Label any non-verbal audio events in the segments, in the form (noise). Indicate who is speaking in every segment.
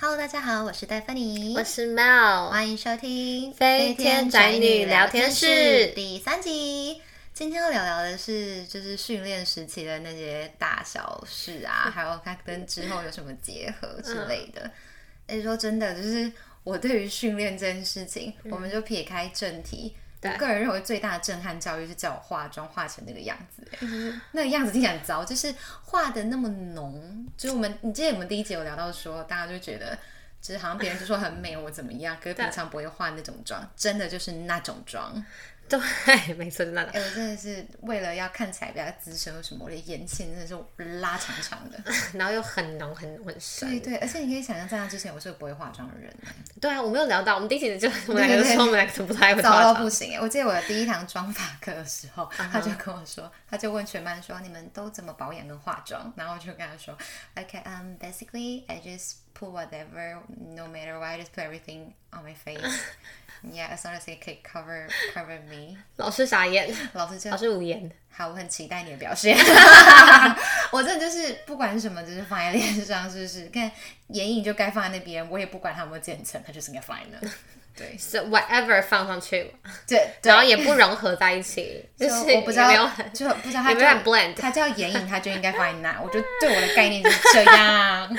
Speaker 1: Hello，大家好，我是戴芬妮，
Speaker 2: 我是 Mel，
Speaker 1: 欢迎收听《
Speaker 2: 飞天宅女聊天室
Speaker 1: 第三集。今天要聊聊的是，就是训练时期的那些大小事啊，还有它跟之后有什么结合之类的。哎、说真的，就是我对于训练这件事情，我们就撇开正题。
Speaker 2: 对
Speaker 1: 我个人认为最大的震撼教育是叫我化妆化成那个样子、哎那个样子听起来很糟，就是画的那么浓。就是我们，你记得我们第一集有聊到说，大家就觉得，就是好像别人就说很美，我怎么样，可是平常不会化那种妆，真的就是那种妆。
Speaker 2: 对， (laughs) 没错，就那
Speaker 1: 哎、我真的是为了要看起来比较资深，为什么我的眼线真的是拉长长的？
Speaker 2: 然后又很浓很很深。
Speaker 1: 对对，而且你可以想象，在那之前我是不会化妆的人，
Speaker 2: 对啊，我没有聊到，我们第一集就 (laughs) 我们两个
Speaker 1: 对对
Speaker 2: 都说我们两个都不太会
Speaker 1: 糟
Speaker 2: 化
Speaker 1: 到不
Speaker 2: 妆，
Speaker 1: 行哎！我记得我的第一堂妆发课的时候，他就跟我说，他就问全班说你们都怎么保养跟化妆？然后我就跟他说，Okay, um, basically I just put whatever, no matter what, I just put everything on my face. Yeah, as long as it can cover cover me.
Speaker 2: 老师傻眼，
Speaker 1: 老师就
Speaker 2: 老师无言。
Speaker 1: 好，我很期待你的表现。 (laughs) 我真的就是不管什么，就是放在脸上，就是看眼影就该放在那边，我也不管它有没有渐层，它就是应该放在那。
Speaker 2: (laughs)
Speaker 1: 对
Speaker 2: 是 whatever 放上去，
Speaker 1: 对，对
Speaker 2: 然后也不融合在一起，就
Speaker 1: 就是我不知
Speaker 2: 也
Speaker 1: 道
Speaker 2: 没有，
Speaker 1: 就不知道它
Speaker 2: 也没有
Speaker 1: 叫
Speaker 2: 很 blend。
Speaker 1: 它叫眼影，它就应该放在那。我就对我的概念就是这样。对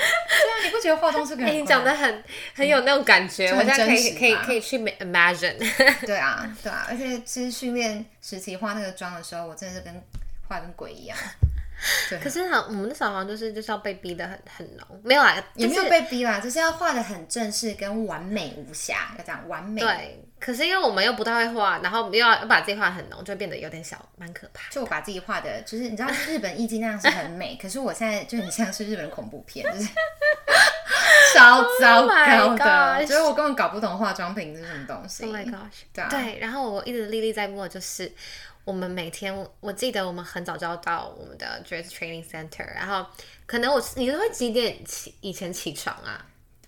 Speaker 1: (laughs) 啊，你不觉得化妆是个
Speaker 2: 哎，
Speaker 1: 很
Speaker 2: 你讲的很很有那种感觉，
Speaker 1: 就
Speaker 2: 我
Speaker 1: 很
Speaker 2: 现在可
Speaker 1: 真
Speaker 2: 以
Speaker 1: 实
Speaker 2: 可以
Speaker 1: 吧
Speaker 2: 可以去 imagine。
Speaker 1: 对啊对啊？而且其实训练时期化那个妆的时候，我真的是跟化得跟鬼一样。对，
Speaker 2: (laughs) 可是好，我们那时候好像就是就是要被逼得很很浓，没有啦，
Speaker 1: 也没有
Speaker 2: 就是
Speaker 1: 被逼啦，就是要画的很正式跟完美无瑕，要讲完美。，
Speaker 2: 对。可是因为我们又不太会画，然后又要把自己画得很浓，就会变得有点小，蛮可怕。
Speaker 1: 就我把自己画的，就是你知道日本艺妓那样是很
Speaker 2: (laughs)
Speaker 1: 美，可是我现在就很像是日本恐怖片，就是超糟糕的
Speaker 2: Oh my gosh
Speaker 1: 所以我根本搞不懂化妆品是什么东西。
Speaker 2: Oh my gosh！
Speaker 1: 对啊
Speaker 2: 然后我一直历历在目，就是我们每天，我记得我们很早就要到我们的 dress training center，然后可能我你都会几点起以前起床啊？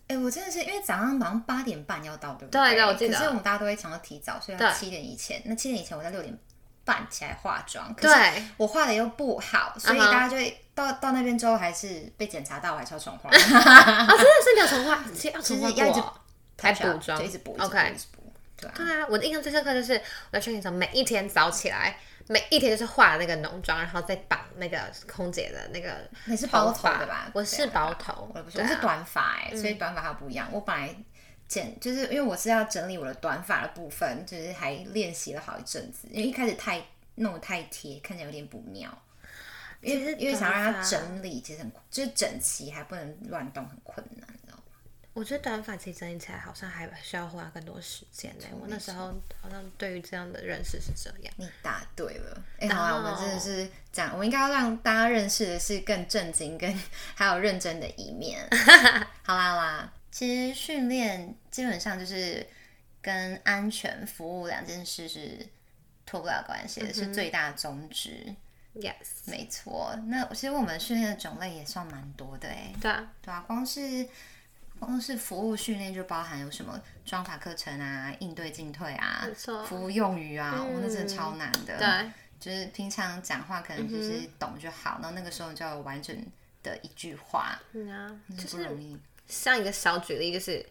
Speaker 1: 哎、我真的是因为早上好像八点半要到，对不对？
Speaker 2: 对对啊我记得
Speaker 1: 可是我们大家都会想要提早，所以要
Speaker 2: 对
Speaker 1: 七点以前。那七点以前我在六点半起来化妆，可是
Speaker 2: 对，
Speaker 1: 我画的又不好，所以
Speaker 2: 嗯哼
Speaker 1: 大家就会到、到那边之后还是被检查到，我还是要
Speaker 2: (laughs)
Speaker 1: 重画。
Speaker 2: 啊，真的是你有重画，其实要重画
Speaker 1: 就是要一直
Speaker 2: 过，还补妆，
Speaker 1: 就一直补，一直补
Speaker 2: OK，
Speaker 1: 一直补，对啊。
Speaker 2: 对啊，我的印象最深刻就是我在 training 上每一天早起来，每一天就是化那个浓妆，然后再绑那个空姐的那个。
Speaker 1: 你是包头的吧？
Speaker 2: 我是包头
Speaker 1: 对啊我不是，
Speaker 2: 对
Speaker 1: 我
Speaker 2: 啊嗯
Speaker 1: 是短发哎、所以短发它不一样。我本来剪就是因为我是要整理我的短发的部分，就是还练习了好一阵子，因为一开始太弄得太贴，看起来有点不妙。因为因为想让它
Speaker 2: 短发
Speaker 1: 整理，其实很就是整齐，还不能乱动，很困难，你知道吗？
Speaker 2: 我觉得短发其实整理起来好像还需要花更多时间呢、我那时候好像对于这样的认识是这样。
Speaker 1: 你答对了，哎、好啊，
Speaker 2: 哦
Speaker 1: 我们真的是讲，我们应该要让大家认识的是更正经跟 (laughs) 还有认真的一
Speaker 2: (laughs)
Speaker 1: 面。好啦好啦，其实训练基本上就是跟安全服务两件事是脱不了关系
Speaker 2: 嗯
Speaker 1: 的，是最大的宗旨。
Speaker 2: Yes，
Speaker 1: 没错，那其实我们训练的种类也算蛮多的哎、
Speaker 2: 对啊，
Speaker 1: 对啊，光是光是服务训练就包含有什么妆法课程啊、应对进退啊
Speaker 2: 没、错嗯
Speaker 1: 服务用语啊，我、那真的超难的。
Speaker 2: 对，啊
Speaker 1: 就是平常讲话
Speaker 2: 嗯
Speaker 1: 可能就是懂就好，然后那个时候就要有完整的一句话，
Speaker 2: 嗯啊，
Speaker 1: 很
Speaker 2: 就
Speaker 1: 不
Speaker 2: 是
Speaker 1: 容易。
Speaker 2: 像一个小举例，就是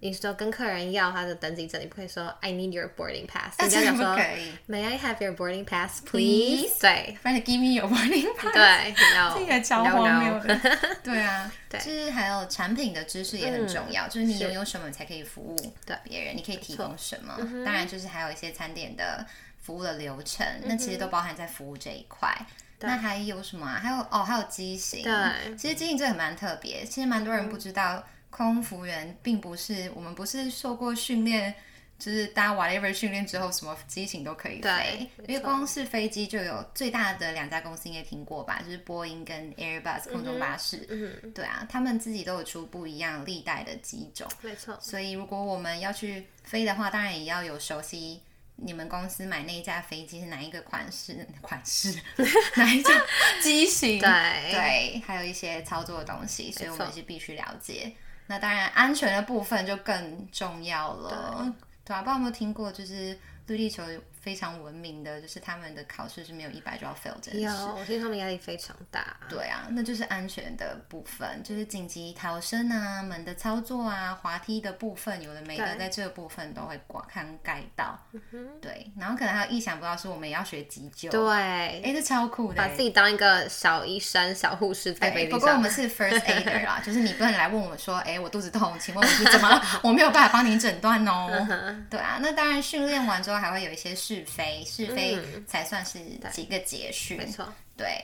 Speaker 2: 你说跟客人要他的登记证，你不可以说 I need your boarding pass，你
Speaker 1: 但
Speaker 2: 这
Speaker 1: 是
Speaker 2: 样
Speaker 1: 不
Speaker 2: 讲说
Speaker 1: 可以，
Speaker 2: May I have your boarding pass, please？对
Speaker 1: 反正 give me your warning pass，
Speaker 2: 对，
Speaker 1: 这
Speaker 2: (laughs) 这
Speaker 1: 个超荒谬 (laughs)
Speaker 2: (laughs)
Speaker 1: 的。对啊，就是还有产品的知识也很重要，就是你拥有什么，你才可以服务别人，你可以提供什么。当然，就是还有一些餐点的服务的流程，那其实都包含在服务这一块。那还有什么啊？还有哦，还有机型。
Speaker 2: 对
Speaker 1: 其实机型这个蛮特别，其实蛮多人不知道，空服员并不是我们不是受过训练。就是搭 whatever 训练之后，什么机型都可以飞
Speaker 2: 对，
Speaker 1: 因为
Speaker 2: 没错
Speaker 1: 光是飞机就有最大的两家公司应该听过吧，就是波音跟 Airbus 空中巴士。嗯，对啊，他们自己都有出不一样历代的机种，
Speaker 2: 没错，
Speaker 1: 所以如果我们要去飞的话，当然也要有熟悉你们公司买那一架飞机是哪一个款式、 (laughs) 款式哪一架机型，
Speaker 2: 对
Speaker 1: 对，还有一些操作的东西，所以我们是必须了解。那当然，安全的部分就更重要了。对啊，不知道有没有听过，就是绿地球非常文明的，就是他们的考试是没有一百就要 fail 这件
Speaker 2: 有，
Speaker 1: 事。
Speaker 2: 我觉得他们压力非常大。
Speaker 1: 对啊，那就是安全的部分，就是紧急逃生啊、门的操作啊、滑梯的部分，有的没的，
Speaker 2: 对嗯
Speaker 1: 在这部分都会广涵盖到。对，然后可能还有意想不到是，我们也要学急救。
Speaker 2: 对，
Speaker 1: 哎，这超酷的
Speaker 2: 把
Speaker 1: 欸。
Speaker 2: 自己当一个小医生、小护士在
Speaker 1: 对，
Speaker 2: 飞
Speaker 1: 不
Speaker 2: 机
Speaker 1: 过我
Speaker 2: 上
Speaker 1: 们。是 first aider
Speaker 2: (laughs)
Speaker 1: 啦，就是你不能来问我说，哎、我肚子痛，请问我是怎么了？我没有办法帮您诊断哦。
Speaker 2: 嗯
Speaker 1: 对啊，那当然训练完之后还会有一些是非，是非才算是几个结束。
Speaker 2: 嗯没错，
Speaker 1: 对，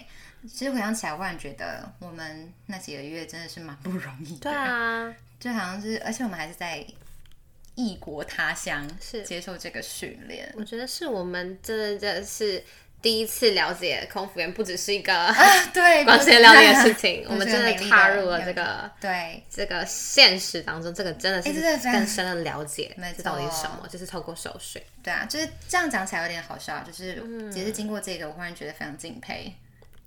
Speaker 1: 其实回想起来，我忽然觉得我们那几个月真的是蛮不容易的，
Speaker 2: 对啊，
Speaker 1: 就好像是，而且我们还是在异国他乡
Speaker 2: 是
Speaker 1: 接受这个训练。
Speaker 2: 我觉得是我们真的是第一次了解空服员不只是一
Speaker 1: (laughs)
Speaker 2: 个
Speaker 1: 啊对，
Speaker 2: 光鲜亮丽的事
Speaker 1: (laughs)
Speaker 2: 情，
Speaker 1: 对
Speaker 2: 我们
Speaker 1: 这
Speaker 2: 真
Speaker 1: 个
Speaker 2: 的
Speaker 1: 美丽
Speaker 2: 踏入了这
Speaker 1: 样子
Speaker 2: 个
Speaker 1: 对。
Speaker 2: 这个现实当中，这个真的是
Speaker 1: 哎真的非常
Speaker 2: 更深的了解
Speaker 1: 没，
Speaker 2: 这到底是
Speaker 1: 错
Speaker 2: 什么？就是透过手水，
Speaker 1: 对啊，就是这样讲起来有点好笑，就是
Speaker 2: 嗯
Speaker 1: 只是经过这个，我忽然觉得非常敬佩，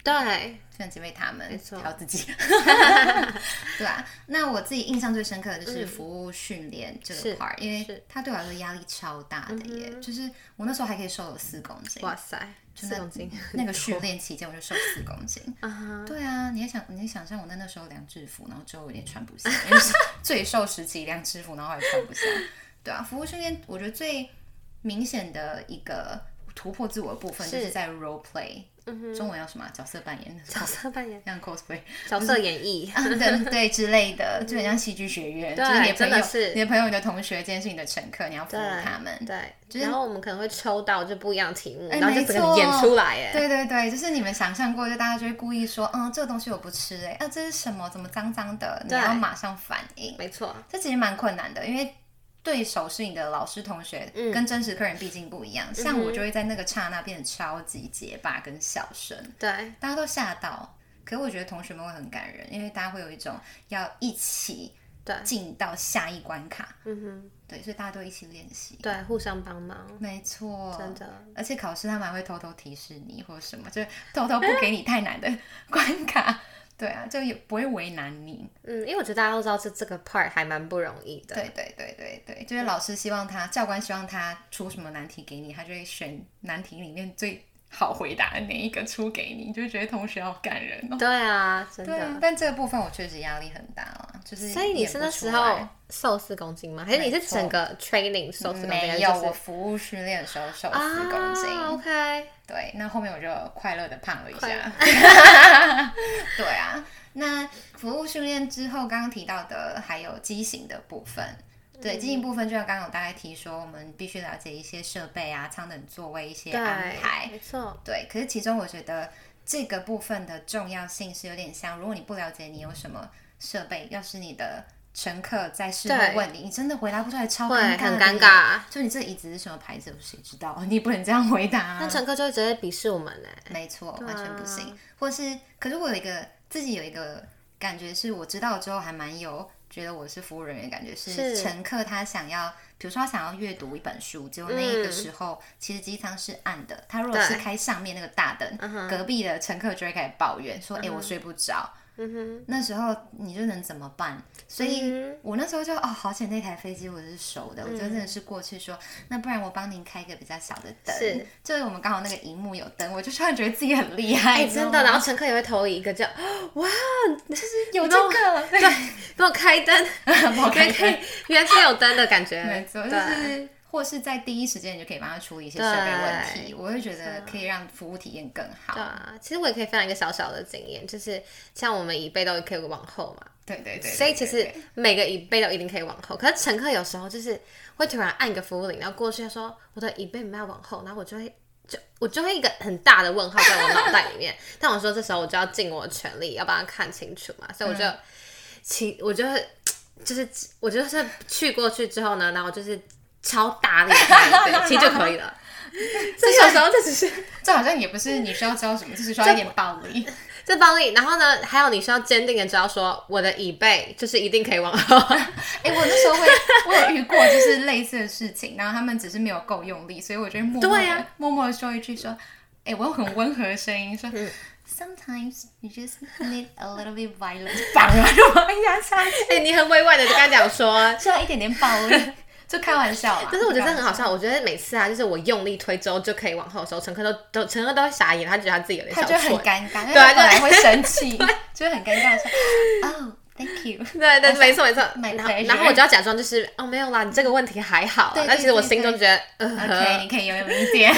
Speaker 2: 对，
Speaker 1: 非常敬佩他们，
Speaker 2: 错
Speaker 1: 还有自
Speaker 2: (laughs)
Speaker 1: 己。 (laughs) 对啊，那我自己印象最深刻的就是服务训练这个
Speaker 2: 嗯是
Speaker 1: part，、因为
Speaker 2: 是嗯
Speaker 1: 它对我来说压力超大的耶，就是我那时候还可以瘦了四公斤。
Speaker 2: 哇塞，四公斤，
Speaker 1: 嗯
Speaker 2: (laughs)
Speaker 1: 那个训练期间，我就瘦四公斤。
Speaker 2: 嗯
Speaker 1: 对啊，你也想，你也想象我在那时候量制服，然后之后有点穿不下，因为是最瘦时期量制服，然后还穿不下。 (laughs) 对啊，服务训练我觉得最明显的一个突破自我的部分，就是在 role play，、中文要什么啊角色扮演，角
Speaker 2: 嗯角色扮演，
Speaker 1: (laughs) 像 cosplay
Speaker 2: 角色演绎，
Speaker 1: 啊，对
Speaker 2: (laughs)
Speaker 1: 对之类的，就很像戏剧学院，就
Speaker 2: 嗯对
Speaker 1: 是你的朋
Speaker 2: 真
Speaker 1: 友、
Speaker 2: 的是
Speaker 1: 你的朋友、你的同学，今天是你的乘客，你要服务
Speaker 2: 对
Speaker 1: 他们。哎
Speaker 2: 对，然后我们可能会抽到就不一样的题目，然后
Speaker 1: 没
Speaker 2: 就整个演
Speaker 1: 错
Speaker 2: 出来，哎，
Speaker 1: 对对对，就是你们想象过，就大家就会故意说，嗯，这个东西我不吃、欸，哎，啊，这是什么？怎么脏脏的？你
Speaker 2: 对
Speaker 1: 要马上反应，
Speaker 2: 没错，
Speaker 1: 这其实蛮困难的，因为对手是你的老师、同学，
Speaker 2: 嗯
Speaker 1: 跟真实客人毕竟不一样。像我就会在那个刹那变得超级结巴跟小声，
Speaker 2: 对，
Speaker 1: 大家都吓到。可是我觉得同学们会很感人，因为大家会有一种要一起
Speaker 2: 对
Speaker 1: 进到下一关卡，
Speaker 2: 嗯哼，
Speaker 1: 对，所以大家都一起练习。
Speaker 2: 对，互相帮忙，
Speaker 1: 没错，
Speaker 2: 真的。
Speaker 1: 而且考试他们还会偷偷提示你或者什么，就是偷偷不给你太难的关卡。 (laughs) 对啊，就也不会为难你。
Speaker 2: 嗯，因为我觉得大家都知道这这个 part 还蛮不容易的，
Speaker 1: 对对对对对，就是老师希望他，教官希望他出什么难题给你，他就会选难题里面最好回答的那一个出给你，就觉得同学好感人哦。
Speaker 2: 对啊，真
Speaker 1: 对啊
Speaker 2: 的。，
Speaker 1: 但这个部分我确实压力很大了，就是
Speaker 2: 所以你
Speaker 1: 演
Speaker 2: 是
Speaker 1: 不
Speaker 2: 那
Speaker 1: 出
Speaker 2: 时候
Speaker 1: 来
Speaker 2: 瘦四公斤吗？还是你
Speaker 1: 没
Speaker 2: 是
Speaker 1: 错
Speaker 2: 整个 training 瘦四公斤？还
Speaker 1: 没
Speaker 2: 是
Speaker 1: 有，
Speaker 2: 就是
Speaker 1: 我服务训练的时候瘦
Speaker 2: 啊
Speaker 1: 四公斤，
Speaker 2: ，OK，
Speaker 1: 对，那后面我就快乐的胖了一
Speaker 2: 快
Speaker 1: 下。 (laughs) 对啊，那服务训练之后，刚刚提到的还有机型的部分。
Speaker 2: 嗯
Speaker 1: 对，机型部分就像刚刚有大概提说，我们必须了解一些设备啊、舱等座位一些安排
Speaker 2: 对，。没错，
Speaker 1: 对，可是其中我觉得这个部分的重要性是有点像，如果你不了解你有什么设备，要是你的乘客在事后
Speaker 2: 对
Speaker 1: 问你，你真的回答不出来，超
Speaker 2: 会
Speaker 1: 尴尬，
Speaker 2: 很尴尬。
Speaker 1: 就你这椅子是什么牌子，谁知道？ (laughs) 你也不能这样回答啊、
Speaker 2: 那乘客就会直接鄙视我们呢。
Speaker 1: 没错，
Speaker 2: 对啊
Speaker 1: 完全不行。或是，可是我有一个自己有一个感觉，是我知道之后还蛮有觉得我是服务人员，感觉是
Speaker 2: 是
Speaker 1: 乘客他想要，比如说他想要阅读一本书，结果那一个时候、其实机舱是暗的，他如果是
Speaker 2: 嗯对嗯
Speaker 1: 开上面那个大灯，隔壁的乘客就会开始抱怨说：“哎、我睡不着。”
Speaker 2: 嗯哼，
Speaker 1: 那时候你就能怎么办？所
Speaker 2: 嗯
Speaker 1: 以我那时候就哦，好险那台飞机我是熟的，我就真的是过去说，那不然我帮您开一个比较小的灯，
Speaker 2: 是就是
Speaker 1: 我们刚好那个荧幕有灯，我就突然觉得自己很厉害，
Speaker 2: 哎，
Speaker 1: 你知道
Speaker 2: 真
Speaker 1: 吗
Speaker 2: 的，然后乘客也会投一个叫， (gasps) 哇，
Speaker 1: 有这个， (laughs) 对，
Speaker 2: 帮我开
Speaker 1: (laughs)
Speaker 2: 灯，
Speaker 1: 不好
Speaker 2: 原
Speaker 1: 开
Speaker 2: 来可以
Speaker 1: 灯，，
Speaker 2: 原来是有灯的感
Speaker 1: (laughs)
Speaker 2: 觉，
Speaker 1: 没错，就
Speaker 2: 对，啊
Speaker 1: 是。或是在第一时间，你就可以帮他处理一些设备问题，
Speaker 2: 对啊
Speaker 1: 我会觉得可以让服务体验更
Speaker 2: 对
Speaker 1: 好。
Speaker 2: 啊，其实我也可以分享一个小小的经验，就是像我们椅背都可以往后嘛，
Speaker 1: 对对对对，
Speaker 2: 所以其
Speaker 1: 对
Speaker 2: 实
Speaker 1: 对
Speaker 2: 每个椅背都一定可以往后。可是乘客有时候就是会突然按个服务铃，然后过去他说我的椅背没有往后，然后我就会就我就会一个很大的问号在我脑袋里面。但我说这时候我就要尽我的全力，要帮他看清楚嘛，所以我就其我就会就是我就是去过去之后呢，然后就是超大力地拍 (laughs) 椅背，其实就可以了。所以有时候这只是。
Speaker 1: 这好像也不是你需要教什么，就是需要一点暴力。
Speaker 2: (laughs) 这帮力，然后呢，还有你需要坚定的知道说，我的椅背就是一定可以往后，
Speaker 1: 哎、我那时候会，我有遇过就是类似的事情，然后他们只是没有够用力，所以我就会默默
Speaker 2: 对
Speaker 1: 地、
Speaker 2: 啊
Speaker 1: 默默的说一句说，哎、我用很温和的声音说。Sometimes you just need a little bit violence，绑啊，就把它压下去， (laughs)
Speaker 2: 哎、你很委婉的跟他讲说，
Speaker 1: 需要一点点暴力。就开玩笑啦。
Speaker 2: 但是我觉得这很好
Speaker 1: 开玩笑，
Speaker 2: 笑，我觉得每次啊，就是我用力推之后就可以往后的时候，乘客都都乘客都会傻眼，他觉得他自己有点
Speaker 1: 他
Speaker 2: 小
Speaker 1: 就很
Speaker 2: 蠢。
Speaker 1: 尴尬，因为
Speaker 2: 对
Speaker 1: 他
Speaker 2: 啊就
Speaker 1: 本来会生气，就很尴尬地说哦 thank you。
Speaker 2: 对对，没错没错。
Speaker 1: My
Speaker 2: 然后
Speaker 1: pleasure
Speaker 2: 然后我就要假装就是哦没有啦，你这个问题还好啊。
Speaker 1: 对对
Speaker 2: 但其实我
Speaker 1: 对
Speaker 2: 心中
Speaker 1: 对
Speaker 2: 觉得， (laughs)
Speaker 1: OK，
Speaker 2: 呃，
Speaker 1: 你可以游泳一点。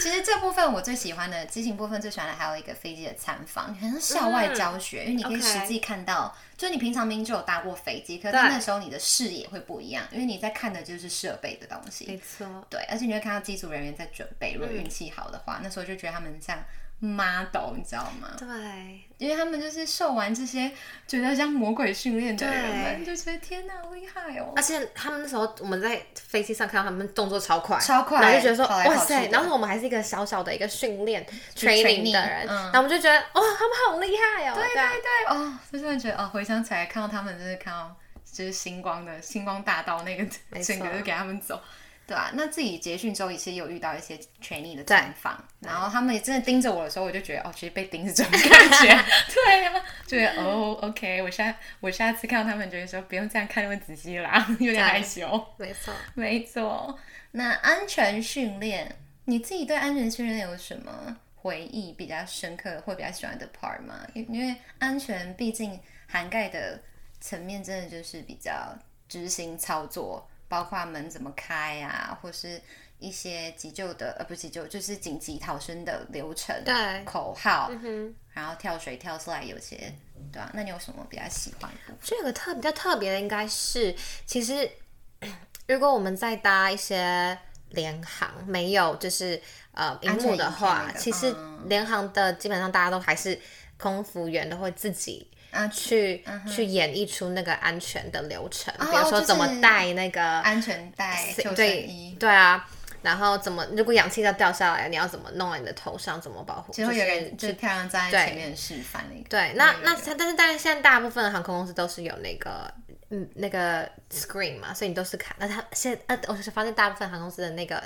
Speaker 1: 其实这部分我最喜欢的执行部分最喜欢的还有一个飞机的参访，很像校外教学，因为你可以
Speaker 2: 嗯 OK
Speaker 1: 实际看到，就是你平常明明就有搭过飞机，可是
Speaker 2: 对
Speaker 1: 那时候你的视野会不一样，因为你在看的就是设备的东
Speaker 2: 没
Speaker 1: 西。
Speaker 2: 错，
Speaker 1: 对，而且你会看到机组人员在准备，如果运气好的
Speaker 2: 嗯
Speaker 1: 话，那时候就觉得他们像 model，你知道吗？
Speaker 2: 对。
Speaker 1: 因为他们就是受完这些觉得像魔鬼训练的人们，就觉得天哪，好厉害哦！
Speaker 2: 而且他们那时候我们在飞机上看到他们动作超快，
Speaker 1: 超快
Speaker 2: 然后就觉得说
Speaker 1: 跑来跑
Speaker 2: 哇
Speaker 1: 去
Speaker 2: 塞，
Speaker 1: 的嗯
Speaker 2: 然后我们还是一个小小的一个训练
Speaker 1: training，
Speaker 2: training 的人，
Speaker 1: 嗯
Speaker 2: 然后我们就觉得哇、他们好厉害哦，对
Speaker 1: 对对对，哦，就真的觉得哦，回想起来看到他们，就是看到就是星光的星光大道那个，
Speaker 2: 没
Speaker 1: 整个
Speaker 2: 错
Speaker 1: 就给他们走。对啊，那自己结训之后，其实有遇到一些 trainee 的采访，然后他们也真的盯着我的时候，我就觉得哦，其实被盯是这种感觉，对呀、啊，就觉得哦，OK，我下我下次看到他们，就会说不用这样看那么仔细啦，有点害羞。
Speaker 2: 没错。
Speaker 1: 没错，那安全训练，你自己对安全训练有什么回忆比较深刻，或比较喜欢的 part 吗？因因为安全毕竟涵盖的层面真的就是比较执行操作，包括门怎么开啊，或是一些急救的呃不急救就是紧急逃生的流程，
Speaker 2: 对
Speaker 1: 口号，
Speaker 2: 嗯，
Speaker 1: 然后跳水跳出来有些对啊，那你有什么比较喜欢的？
Speaker 2: 这个特比较特别的应该是，其实如果我们再搭一些联航，没有就是呃荧
Speaker 1: 安全
Speaker 2: 幕的
Speaker 1: 影片
Speaker 2: 话
Speaker 1: 那，个
Speaker 2: 其实
Speaker 1: 嗯
Speaker 2: 联航的基本上大家都还是空服员都会自己
Speaker 1: 啊
Speaker 2: 去、去演绎出那个安全的流程，
Speaker 1: 哦
Speaker 2: 比如说
Speaker 1: 就是
Speaker 2: 怎么带那个、
Speaker 1: 安全带、救生衣
Speaker 2: 对。对啊，然后怎么如果氧气要掉下来，你要怎么弄到你的头上，怎么保护？
Speaker 1: 就会有人
Speaker 2: 就
Speaker 1: 就是漂亮站在前面示范那个。
Speaker 2: 对，那那
Speaker 1: 有有
Speaker 2: 它但是但是现在大部分的航空公司都是有那个嗯那个 screen 嘛，所以你都是看。那它现在呃，我就是发现大部分航空公司的那个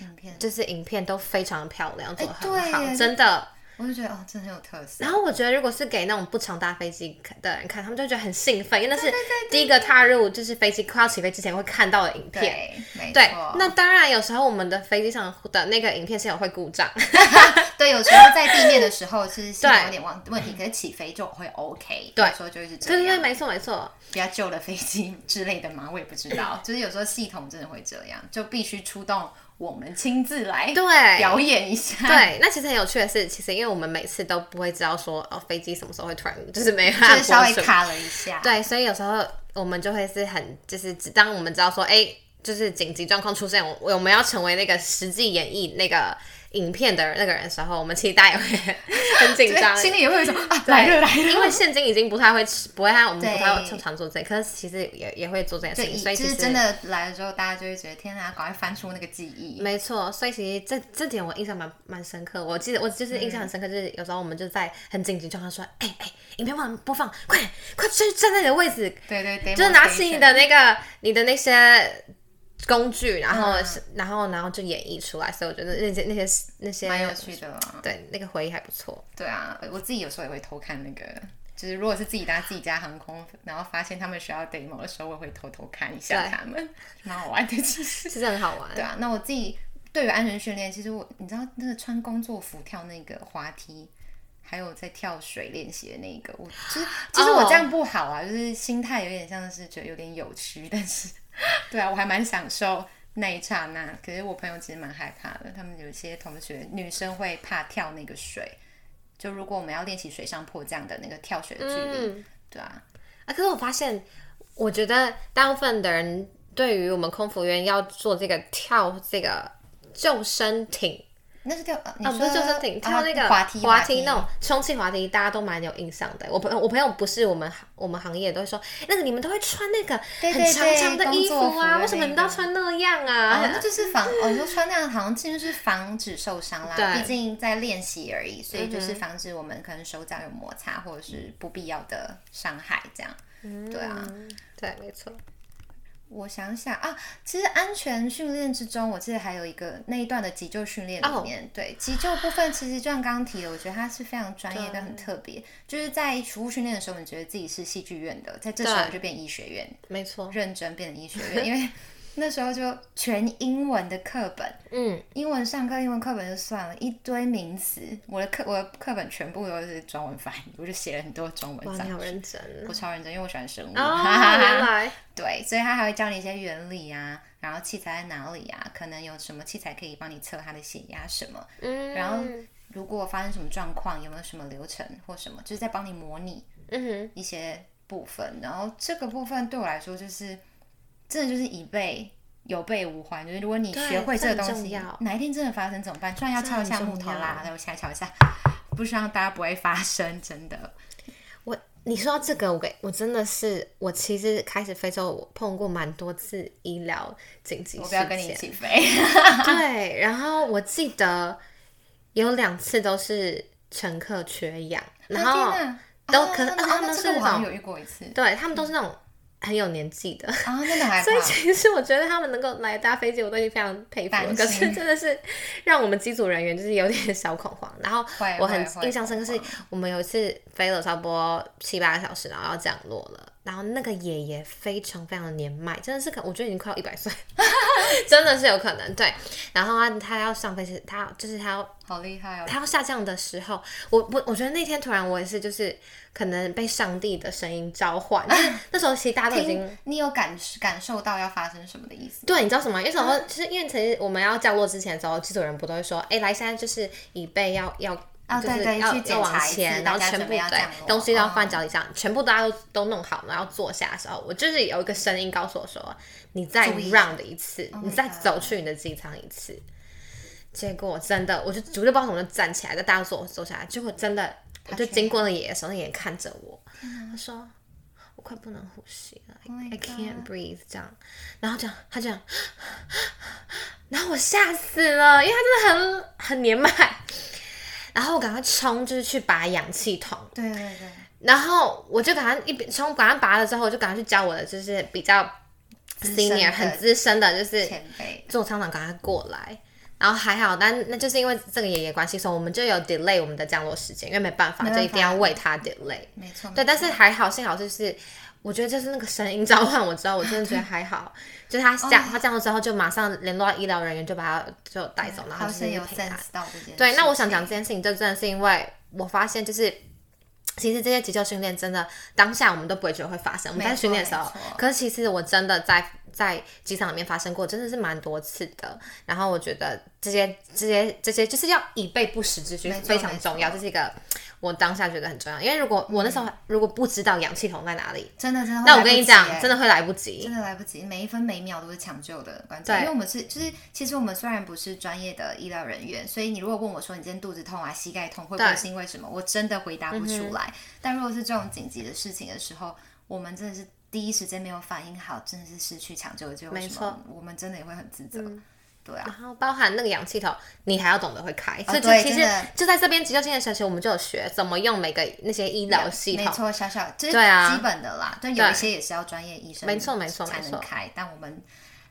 Speaker 1: 影片，
Speaker 2: 就是影片都非常漂亮，做的很
Speaker 1: 哎对
Speaker 2: 好，
Speaker 1: 耶
Speaker 2: 真的。
Speaker 1: 我就觉得哦，真的很有特色。
Speaker 2: 然后我觉得，如果是给那种不常搭飞机的人看，他们就觉得很兴奋，因为那
Speaker 1: 对
Speaker 2: 是
Speaker 1: 对对
Speaker 2: 第一个踏入就是飞机快要起飞之前会看到的影片。
Speaker 1: 对，没
Speaker 2: 对
Speaker 1: 错，。
Speaker 2: 那当然，有时候我们的飞机上的那个影片系统会故障，
Speaker 1: 对，有时候在地面的时候，其实是
Speaker 2: 对
Speaker 1: 有点问问题，可是起飞就会 OK。
Speaker 2: 对
Speaker 1: 有时候就是
Speaker 2: (laughs) 对
Speaker 1: 这
Speaker 2: 对对，
Speaker 1: 样，
Speaker 2: 没错没错，
Speaker 1: 比较旧的飞机 (laughs) 之类的嘛，我也不知
Speaker 2: (laughs)
Speaker 1: 道。就是有时候系统真的会这样，就必须出动我们亲自来
Speaker 2: 对，
Speaker 1: 表演一
Speaker 2: (laughs)
Speaker 1: 下。
Speaker 2: 对，那其实很有趣的是，其实因为我们每次都不会知道说哦，飞机什么时候会突然就是没
Speaker 1: 就
Speaker 2: 办
Speaker 1: 是稍
Speaker 2: 法
Speaker 1: 微卡了一下。
Speaker 2: 对，所以有时候我们就会是很就是只当我们知道说哎、就是紧急状况出现，我我们要成为那个实际演绎那个影片的那个人的时候，我们其实大家也会很紧张 (laughs)
Speaker 1: 对，。心里也会有一种啊，来了来了。
Speaker 2: 因为现今已经不太会吃，不会和我们不
Speaker 1: 对
Speaker 2: 太会常常做这个，可是其实也也会做这件事
Speaker 1: 对，
Speaker 2: 情，所以其
Speaker 1: 就是
Speaker 2: 实
Speaker 1: 真的来了之后，大家就会觉得天哪，啊赶快翻出那个记忆。
Speaker 2: 没错，所以其实这这点我印象蛮蛮深刻。我记得我就是印象
Speaker 1: 嗯
Speaker 2: 很深刻，就是有时候我们就在很紧急状况说，哎、哎、影片忘了播放，快点快去站在你的位置，
Speaker 1: 对对对，
Speaker 2: 就是拿起你
Speaker 1: demonstration
Speaker 2: 的那个你的那些工具，然后、
Speaker 1: 嗯
Speaker 2: 是然后然后就演绎出来。所以我觉得那些那些那些
Speaker 1: 蛮有趣的啦。
Speaker 2: 对那个回忆还不错。
Speaker 1: 对啊，我自己有时候也会偷看那个，就是如果是自己搭自己家航空，然后发现他们需要 demo 的时候，我也会偷偷看一下
Speaker 2: 对
Speaker 1: 他们，蛮好玩的其实。
Speaker 2: 其实很好玩，
Speaker 1: 对啊，那我自己对于安全训练，其实我你知道那个穿工作服跳那个滑梯。还有在跳水练习的那个，我
Speaker 2: 哦
Speaker 1: 就是其实我这样不好啊就是心态有点像是觉得有点有趣，但是 (laughs) 对啊，我还蛮享受那一刹那。可是我朋友其实蛮害怕的，他们有些同学女生会怕跳那个水，就如果我们要练习水上坡这样的那个跳水的距离，
Speaker 2: 嗯
Speaker 1: 对啊，
Speaker 2: 啊，可是我发现，我觉得大部分的人对于我们空服员要做这个跳这个救生艇
Speaker 1: 那是跳呃你
Speaker 2: 啊，
Speaker 1: 说
Speaker 2: 不是救生艇，跳那个
Speaker 1: 啊滑梯
Speaker 2: 滑
Speaker 1: 梯
Speaker 2: 那种充气滑梯，大家都蛮有印象的。我朋友我朋友不是我们行我们行业都会说，那个你们都会穿那个
Speaker 1: 对
Speaker 2: 很
Speaker 1: 对
Speaker 2: 长
Speaker 1: 对
Speaker 2: 长的
Speaker 1: 工
Speaker 2: 衣服
Speaker 1: 作服
Speaker 2: 啊，
Speaker 1: 的
Speaker 2: 为什么
Speaker 1: 那
Speaker 2: 你们都要
Speaker 1: 个
Speaker 2: 穿那样
Speaker 1: 哦，
Speaker 2: 啊
Speaker 1: 那？就是防，哦，你说穿那样好像进就是防止受伤啦，
Speaker 2: 对嗯
Speaker 1: 毕竟在练习而已，所以就是防止我们可能手脚有摩擦或者是不必要的伤害这样。
Speaker 2: 嗯
Speaker 1: 对啊，
Speaker 2: (laughs) 对，没错，
Speaker 1: 我想想啊，其实安全训练之中，我记得还有一个那一段的急救训练里
Speaker 2: 哦
Speaker 1: 面对急救部分，其实就像刚刚提的，我觉得它是非常专业跟很特别。就是在服务训练的时候，你觉得自己是戏剧院的，在这时候
Speaker 2: 对
Speaker 1: 就变医学院，
Speaker 2: 没错，
Speaker 1: 认真变成医学院，因为 (laughs) 那时候就全英文的课本，
Speaker 2: 嗯，
Speaker 1: 英文上课英文课本就算了，一堆名词，我的课我的课本全部都是中文翻译，我就写了很多中文
Speaker 2: 哇，
Speaker 1: 上
Speaker 2: 你好
Speaker 1: 去。
Speaker 2: 认真
Speaker 1: 我
Speaker 2: 哦。
Speaker 1: 超认真，因为我喜欢生物。
Speaker 2: 哦，原 (laughs) 来，
Speaker 1: 对，所以他还会教你一些原理啊，然后器材在哪里啊，可能有什么器材可以帮你测它的血压什么。
Speaker 2: 嗯，
Speaker 1: 然后如果发生什么状况，有没有什么流程或什么，就是在帮你模拟
Speaker 2: 嗯哼，
Speaker 1: 一些部分。然后这个部分对我来说，就是真的就是以备有备无患。就是如果你
Speaker 2: 对
Speaker 1: 学会这个
Speaker 2: 这很
Speaker 1: 东西
Speaker 2: 重要，
Speaker 1: 哪一天真的发生怎么办？虽然要
Speaker 2: 这
Speaker 1: 敲一下
Speaker 2: 很
Speaker 1: 木
Speaker 2: 重
Speaker 1: 头啦，
Speaker 2: 要
Speaker 1: 然后敲一敲一下，不希望大家不会发生，真的。
Speaker 2: 我你说到这个，我给我真的是，我其实开始非洲，我碰过蛮多次医疗紧急
Speaker 1: 我
Speaker 2: 事
Speaker 1: 不要跟你一
Speaker 2: 件。
Speaker 1: 起飞。 (laughs)
Speaker 2: 对，然后我记得有两次都是乘客缺氧， (laughs) 然
Speaker 1: 啊
Speaker 2: 后
Speaker 1: 天哪
Speaker 2: 都
Speaker 1: 啊
Speaker 2: 可是
Speaker 1: 那
Speaker 2: 而且
Speaker 1: 啊
Speaker 2: 他们
Speaker 1: 那
Speaker 2: 是
Speaker 1: 这个
Speaker 2: 那
Speaker 1: 我好像
Speaker 2: 种
Speaker 1: 有遇过一次
Speaker 2: 对他们都是那种很有年纪的，
Speaker 1: 啊，那个还
Speaker 2: 所以
Speaker 1: 怕
Speaker 2: 其实我觉得他们能够来搭飞机，我都已经非常佩服了。
Speaker 1: 担
Speaker 2: 可
Speaker 1: 心
Speaker 2: 是真的是让我们机组人员就是有点小恐慌。然后
Speaker 1: (laughs) 会
Speaker 2: 我
Speaker 1: 会
Speaker 2: 很
Speaker 1: 会
Speaker 2: 印象深刻是
Speaker 1: 恐，
Speaker 2: 我们有一次飞了差不多七八个小时，然后要降落了。然后那个爷爷非常非常的年迈，真的是可我觉得已经快要一百岁， (laughs) 真的是有可能对。然后他他要上飞机，他要就是他要
Speaker 1: 好厉害哦！
Speaker 2: 他要下降的时候，我我我觉得那天突然我也是就是可能被上帝的声音召唤，就是那时候其实大家都已经
Speaker 1: 听你有感感受到要发生什么的意思？
Speaker 2: 对，你知道什么？因为什么？就是因为其实我们要降落之前的时候，机组人不都会说，哎、来，现在就是椅背要要。
Speaker 1: 啊
Speaker 2: 就是
Speaker 1: 对对
Speaker 2: 要
Speaker 1: 去检
Speaker 2: 要往
Speaker 1: 查一次
Speaker 2: 前，然后
Speaker 1: 大家
Speaker 2: 全
Speaker 1: 准
Speaker 2: 部
Speaker 1: 备要
Speaker 2: 对
Speaker 1: 降落
Speaker 2: 东西都要放
Speaker 1: 哦
Speaker 2: 脚底下，全部大家都都弄好，然后坐下的时候，我就是有一个声音告诉我说：“你再
Speaker 1: 注意
Speaker 2: round 一次，
Speaker 1: Oh
Speaker 2: 你
Speaker 1: my
Speaker 2: 再
Speaker 1: God
Speaker 2: 走去你的机舱一次。”结果真的，我就我就不知道怎么就站起来，在大家坐坐下来，结果真的，我就
Speaker 1: 缺
Speaker 2: 经过了爷爷的时候，那爷爷看着我，他说：“我快不能呼吸了、
Speaker 1: Oh my
Speaker 2: i can't
Speaker 1: God
Speaker 2: breathe。”这样，然后这样，他这样，然后我吓死了，因为他真的很很年迈。然后我赶快冲，就是去拔氧气筒。
Speaker 1: 对对对，
Speaker 2: 然后我就赶快一边冲，赶快拔了之后，我就赶快去教我的，就是比较
Speaker 1: 资深的
Speaker 2: senior 很资深的，就是
Speaker 1: 前辈
Speaker 2: 做舱长赶快过来。然后还好，但那就是因为这个爷爷关系，所以我们就有 delay 我们的降落时间，因为没办法，
Speaker 1: 没办
Speaker 2: 就
Speaker 1: 法
Speaker 2: 一定要为他 delay。
Speaker 1: 没错。没
Speaker 2: 对，但
Speaker 1: 错
Speaker 2: 是还好，幸好就是，我觉得就是那个声音召唤，我知道，我真的觉得还好。就是他
Speaker 1: 哦
Speaker 2: 降，他降落之后就马上联络到医疗人员，就把他就带走，然后
Speaker 1: 好
Speaker 2: 就是
Speaker 1: 像有
Speaker 2: 陪他
Speaker 1: sense 到这件事。
Speaker 2: 对，那我想讲这，件事情，就真的是因为我发现，就是其实这些急救训练真的当下我们都不会觉得会发生，我们
Speaker 1: 没
Speaker 2: 在训练的时
Speaker 1: 错
Speaker 2: 候
Speaker 1: 没错，
Speaker 2: 可是其实我真的在在机场里面发生过，真的是蛮多次的。然后我觉得这些这些这些就是要以备不时之需，
Speaker 1: 没错
Speaker 2: 非常
Speaker 1: 没
Speaker 2: 重要，
Speaker 1: 错
Speaker 2: 这是一个我当下觉得很重要。因为如果我那时候如果不知道氧气筒在哪里，
Speaker 1: 真的真的会来不及耶。
Speaker 2: 那我跟你讲，真的会来不及
Speaker 1: 真。的来不及，每一分每秒都是抢救的关键。
Speaker 2: 对
Speaker 1: 因为我们是，就是其实我们虽然不是专业的医疗人员，所以你如果问我说你今天肚子痛啊、膝盖痛，会不
Speaker 2: 对嗯
Speaker 1: 会是因为什么？我真的回答不出来。但如果是这种紧急的事情的时候，我们真的是第一时间没有反应好，真的是失去抢救的救
Speaker 2: 没错，嗯
Speaker 1: 我们真的也会很自责。对啊
Speaker 2: 然，后包含那个氧气筒，你还要懂得会开，所以
Speaker 1: 哦对
Speaker 2: 就其
Speaker 1: 真
Speaker 2: 实
Speaker 1: 的
Speaker 2: 就在这边急救训练学习，我们就有学怎么用每个那些医疗系
Speaker 1: 没
Speaker 2: 统。
Speaker 1: 错，小小这是
Speaker 2: 对啊
Speaker 1: 基本的啦，但有一些也是要专业医生
Speaker 2: 没错没错
Speaker 1: 才
Speaker 2: 没
Speaker 1: 能
Speaker 2: 错
Speaker 1: 开，但我们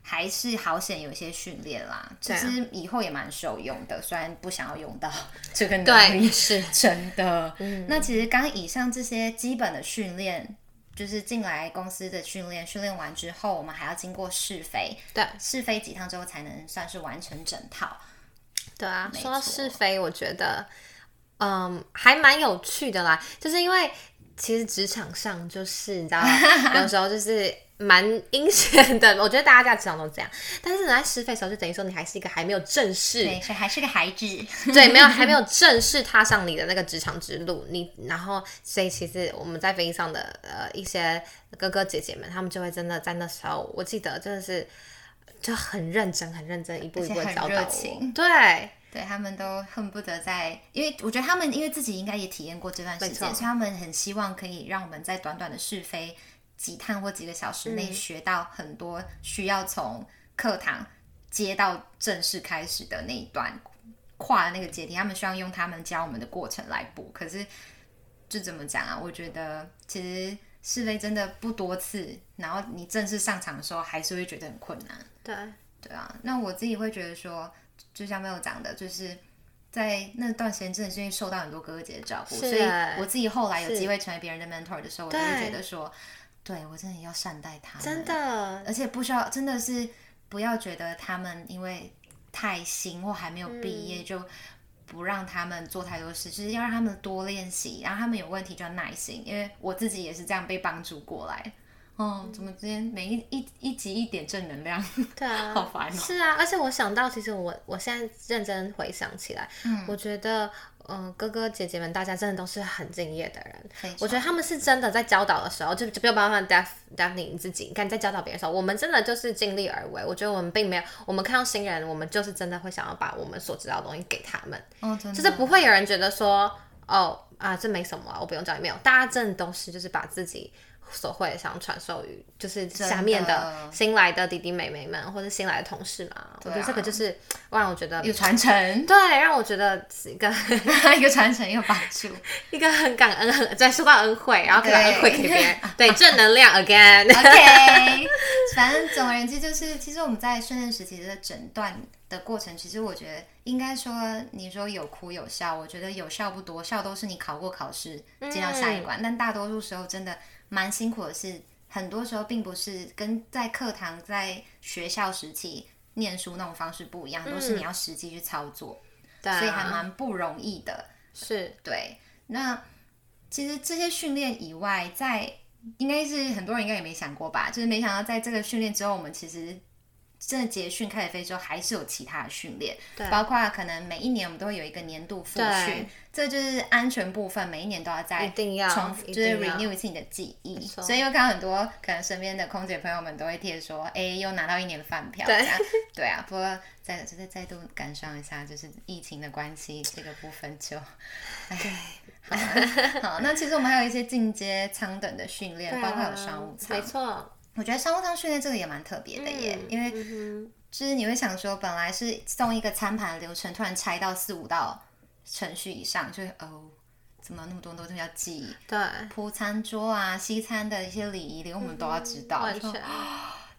Speaker 1: 还是好险有一些训练啦，其
Speaker 2: 对啊
Speaker 1: 实以后也蛮受用的，虽然不想要用到 (laughs) 这个能
Speaker 2: 对，
Speaker 1: 力，(laughs)
Speaker 2: 是，嗯
Speaker 1: 真的。那其实刚以上这些基本的训练。就是进来公司的训练，训练完之后，我们还要经过试飞，
Speaker 2: 对
Speaker 1: 试飞几趟之后才能算是完成整套。
Speaker 2: 对啊。
Speaker 1: 没
Speaker 2: 说到
Speaker 1: 错
Speaker 2: 是非，我觉得，嗯，还蛮有趣的啦，就是因为其实职场上就是你
Speaker 1: (laughs)
Speaker 2: 知道，有时候就是蛮阴险的，我觉得大家在职场都这样。但是你在是非的时候，就等于说你还是一个还没有正式
Speaker 1: 对，所以还是个孩子。 (laughs)
Speaker 2: 对，没有还没有正式踏上你的那个职场之路，你然后所以其实我们在飞机上的呃一些哥哥姐姐们，他们就会真的在那时候，我记得真的是就很认真、很认真，一步一步
Speaker 1: 而
Speaker 2: 地
Speaker 1: 且很
Speaker 2: 教
Speaker 1: 热
Speaker 2: 导我
Speaker 1: 情。
Speaker 2: 对，
Speaker 1: 对他们都恨不得在，因为我觉得他们因为自己应该也体验过这段时
Speaker 2: 没
Speaker 1: 间，
Speaker 2: 错
Speaker 1: 所以他们很希望可以让我们在短短的试飞几趟或几个小时
Speaker 2: 嗯
Speaker 1: 内学到很多需要从课堂接到正式开始的那一段跨的那个阶梯，他们希望用他们教我们的过程来补。可是就怎么讲啊？我觉得其实试飞真的不多次，然后你正式上场的时候，还是会觉得很困难。
Speaker 2: 对，
Speaker 1: 对啊，那我自己会觉得说，就像没有讲的，就是在那段时间真的是因为受到很多哥哥姐姐的照顾，
Speaker 2: 是
Speaker 1: 所以我自己后来有
Speaker 2: 是
Speaker 1: 机会成为别人的 mentor 的时候，我就会
Speaker 2: 对
Speaker 1: 觉得说，对我真的要善待他们，
Speaker 2: 真，的，
Speaker 1: 而且不需要，真的是不要觉得他们因为太新或还没有毕
Speaker 2: 嗯
Speaker 1: 业、就不让他们做太多事，就是要让他们多练习，然后他们有问题就要耐心，因为我自己也是这样被帮助过来。哦，怎么今天每一一一集一点正能量？
Speaker 2: 嗯对啊，
Speaker 1: 好烦哦
Speaker 2: 是啊，而且我想到，其实我我现在认真回想起来，我觉得，嗯、哥哥姐姐们，大家真的都是很敬业的人
Speaker 1: 常。
Speaker 2: 我觉得他们是真的在教导的时候，就就没有办法 d e f d e f 你自己，你看你在教导别人的时候，我们真的就是尽力而为。我觉得我们并没有，我们看到新人，我们就是真的会想要把我们所知道的东西给他们，
Speaker 1: 哦，真的
Speaker 2: 就是不会有人觉得说，哦啊，这没什么啊，我不用教你。没有，大家真的都是就是把自己。所会想传授于就是下面的
Speaker 1: 真的
Speaker 2: 新来的弟弟妹妹们，或者新来的同事嘛，我觉得这个就是让我觉得
Speaker 1: 有传承，
Speaker 2: 对，让我觉得是一个
Speaker 1: (laughs)
Speaker 2: (laughs)
Speaker 1: 一个传承，一个帮助。
Speaker 2: 一个很感恩，很在受到恩惠，然后可以把
Speaker 1: 对
Speaker 2: 恩惠给别人，对正能量
Speaker 1: (laughs)
Speaker 2: again。
Speaker 1: OK，反正总而言之就是，其实我们在训练时期的诊断的过程，其实我觉得应该说，你说有哭有笑，我觉得有笑不多，笑都是你考过考试进到下一
Speaker 2: 嗯
Speaker 1: 关，但大多数时候真的蛮辛苦的是，很多时候并不是跟在课堂在学校时期念书那种方式不一样，都是你要实际去操作，
Speaker 2: 嗯对啊，
Speaker 1: 所以还蛮不容易的。
Speaker 2: 是
Speaker 1: 对，那其实这些训练以外，在应该是很多人应该也没想过吧，就是没想到在这个训练之后，我们其实真的结训开始飞之后，还是有其他的训练，
Speaker 2: 对
Speaker 1: 包括可能每一年我们都会有一个年度复训
Speaker 2: 对，
Speaker 1: 这就是安全部分，每一年都要在
Speaker 2: 一定要
Speaker 1: 重复，
Speaker 2: 一
Speaker 1: 就是
Speaker 2: 定要
Speaker 1: renew 一次你的记忆。
Speaker 2: 错
Speaker 1: 所以又看到很多可能身边的空姐朋友们都会贴说，哎、又拿到一年的饭票，
Speaker 2: 对
Speaker 1: 这样，对啊。不过再就是再度感伤一下，就是疫情的关系，这个部分就，哎，好，好。那其实我们还有一些进阶舱等的训练，包括有商务舱
Speaker 2: 啊没，错，
Speaker 1: 我觉得商务舱训练这个也蛮特别的耶，
Speaker 2: 嗯
Speaker 1: 因为
Speaker 2: 嗯
Speaker 1: 就是你会想说，本来是送一个餐盘的流程，突然拆到四五道程序以上，就会哦，怎么那么多东西要记？
Speaker 2: 哼对，
Speaker 1: 铺餐桌啊，西餐的一些礼仪，连我们都要知道。
Speaker 2: 嗯完
Speaker 1: 就说
Speaker 2: 全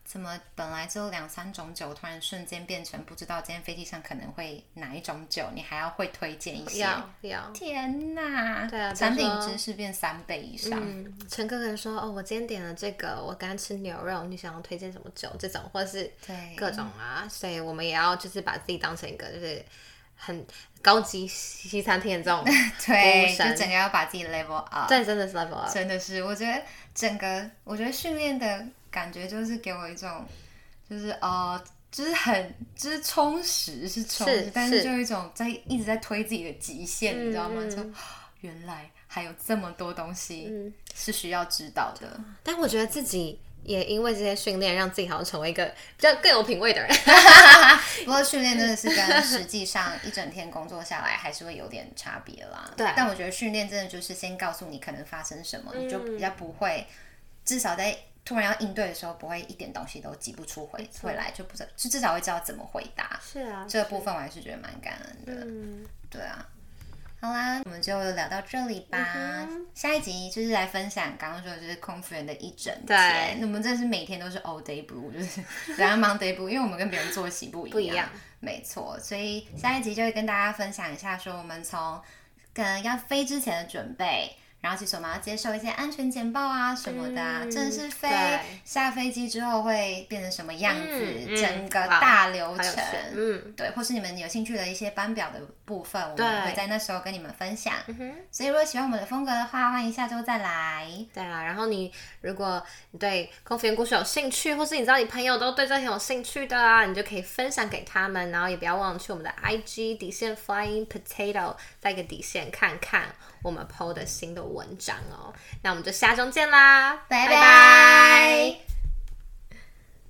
Speaker 1: 怎么本来只有两三种酒，突然瞬间变成不知道今天飞机上可能会哪一种酒，你还要会推荐一些。
Speaker 2: 要要。
Speaker 1: 天呐！
Speaker 2: 对啊
Speaker 1: 产
Speaker 2: 比
Speaker 1: 品
Speaker 2: 如说
Speaker 1: 知识变三倍以上。
Speaker 2: 嗯，乘客可能说哦，我今天点了这个，我刚刚吃牛肉，你想要推荐什么酒？这种或是
Speaker 1: 对，
Speaker 2: 各种
Speaker 1: 嗯
Speaker 2: 啊，所以我们也要就是把自己当成一个就是很高级西餐厅的
Speaker 1: (laughs)
Speaker 2: 这种服务
Speaker 1: (laughs) 对，就
Speaker 2: 生
Speaker 1: 整个要把自己 level up。
Speaker 2: 对，真的是 level up。
Speaker 1: 真的是，我觉得整个，我觉得训练的感觉就是给我一种，就是呃，就是很就是充实是充实，
Speaker 2: 是
Speaker 1: 但是
Speaker 2: 是
Speaker 1: 就有一种在一直在推自己的极限，你知道吗？
Speaker 2: 嗯
Speaker 1: 就哦原来还有这么多东西
Speaker 2: 嗯
Speaker 1: 是需要知道的，
Speaker 2: 但我觉得自己也因为这些训练，让自己好像成为一个比较更有品味的人。 (laughs)
Speaker 1: 不过训练真的是跟实际上一整天工作下来还是会有点差别啦。
Speaker 2: 对
Speaker 1: 但我觉得训练真的就是先告诉你可能发生什么，你就比较不会，至少在突然要应对的时候，不会一点东西都挤不出回回来，就不知就至少会知道怎么回答。
Speaker 2: 是 (laughs) 啊
Speaker 1: 这部分我还是觉得蛮感恩的。
Speaker 2: 嗯，
Speaker 1: 对啊。好啦，我们就聊到这里
Speaker 2: 嗯
Speaker 1: 吧。下一集就是来分享刚刚说的就是空服员的一整天
Speaker 2: 对，
Speaker 1: 我们真的是每天都是 all day blue，就是 (laughs) 然后 Monday blue，因为我们跟别人作息不一样，
Speaker 2: 不一样
Speaker 1: 没错。所以下一集就会跟大家分享一下，说我们从跟要飞之前的准备。然后其实我们要接受一些安全简报啊什么的、啊，
Speaker 2: 嗯
Speaker 1: 正式飞
Speaker 2: 对
Speaker 1: 下飞机之后会变成什么样子，
Speaker 2: 嗯嗯
Speaker 1: 整个
Speaker 2: 哇
Speaker 1: 大流
Speaker 2: 还有
Speaker 1: 程
Speaker 2: 是，嗯，
Speaker 1: 对，或是你们有兴趣的一些班表的部分，我
Speaker 2: 对
Speaker 1: 们会在那时候跟你们分享。
Speaker 2: 哼
Speaker 1: 所以如果喜欢我们的风格的话，欢迎下周再来。
Speaker 2: 对啊。然后你如果你对空服员故事有兴趣，或是你知道你朋友都对这很有兴趣的啊，你就可以分享给他们。然后也不要忘了去我们的 IG 底线 Flying Potato 带一个底线看看我们 PO 的新的文章哦。那我们就下周见啦，
Speaker 1: 拜
Speaker 2: 拜拜